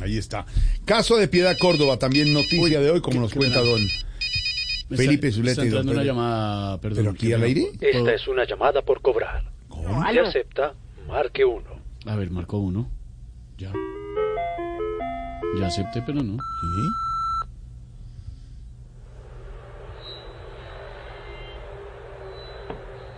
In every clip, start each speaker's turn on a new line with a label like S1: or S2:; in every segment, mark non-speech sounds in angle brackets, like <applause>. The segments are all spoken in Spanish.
S1: Ahí está. Caso de Piedad Córdoba, también noticia de hoy, como nos cuenta don Felipe
S2: está,
S1: Zuleta.
S2: está
S1: y don
S2: entrando una
S1: Pedro.
S2: llamada, perdón.
S1: ¿Pero aquí
S2: que
S1: al
S2: me-
S1: aire?
S3: Este
S2: Oh.
S4: Esta es una llamada por cobrar.
S1: ¿Cómo?
S4: Si acepta, marque uno.
S2: A ver, marcó uno. Ya. Ya acepté, pero no.
S1: ¿Sí?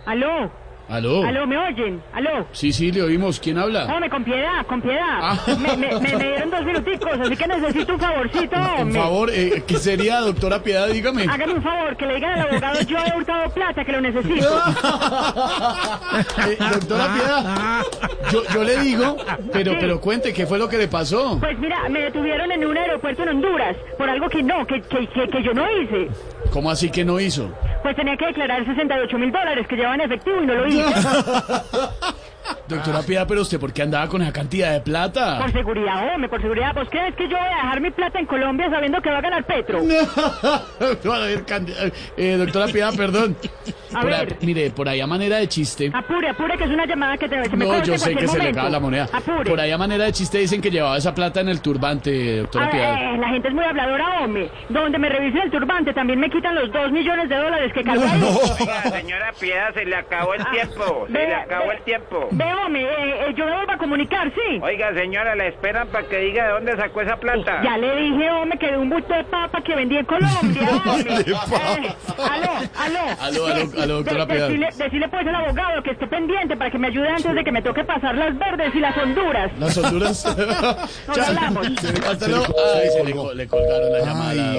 S3: Aló,
S2: ¿Aló?
S3: aló, ¿me oyen? Aló.
S2: Sí, sí, le oímos. ¿Quién habla?
S3: Hombre, con piedad, con piedad.
S2: Ah.
S3: Me, me- me- me dieron dos minuticos, así que necesito un favorcito,
S2: Por
S3: hombre.
S2: favor, eh, ¿qué sería, doctora Piedad? Dígame.
S3: Hágame un favor, que le digan al abogado yo he hurtado plata, que lo necesito.
S2: Ah. Eh, doctora Piedad, yo, yo le digo, pero, pero cuente, ¿qué fue lo que le pasó?
S3: Pues mira, me detuvieron en un aeropuerto en Honduras por algo que no, que, que, que, que yo no hice.
S2: ¿Cómo así que no hizo?
S3: Pues tenía que declarar 68 mil dólares que llevaba en efectivo y no lo hice.
S2: Doctora Piedad, pero usted, ¿por qué andaba con esa cantidad de plata?
S3: Ah. Por seguridad, hombre, por seguridad. ¿Vos crees que yo voy a dejar mi plata en Colombia sabiendo que va a ganar Petro?
S2: Van <laughs> a ver, candi- eh, doctora Piedad, perdón.
S3: A
S2: Por
S3: ver.
S2: a- mire, por ahí a manera de chiste.
S3: Apure, apure, que es una llamada que te, se me
S2: No,
S3: corta
S2: yo
S3: en
S2: sé que
S3: cualquier
S2: se le
S3: momento.
S2: acaba la moneda.
S3: Apure.
S2: Por allá manera de chiste dicen que llevaba esa plata en el turbante, doctora
S3: Ah,
S2: Piedad.
S3: eh, la gente es muy habladora, hombre. Donde me revisen el turbante también me quitan los dos millones de dólares que cargo ahí.
S1: ¡Oh!
S5: Oiga, señora Piedad, se le acabó el tiempo. Se
S3: Ve-
S5: le acabó
S3: ve-
S5: el tiempo.
S3: Ve, hombre, eh, eh, yo me vuelvo a comunicar, ¿sí?
S5: Oiga, señora, la esperan para que diga de dónde sacó esa plata.
S3: Ya le dije, hombre, que de un bulto de papa que vendí
S1: <laughs>
S3: en Colombia, hombre.
S1: De papa.
S3: Eh, aló, aló.
S2: Aló, aló,
S3: De-
S2: aló, doctora
S3: de-
S2: Piedad.
S3: Decirle, decirle, pues al abogado que esté pendiente para que me ayude antes de que me toque pasar las verdes y las Honduras. <laughs>
S2: Las Honduras. <laughs>
S3: hablamos.
S2: Hasta luego. Ay, se le, co- le colgaron la llamada.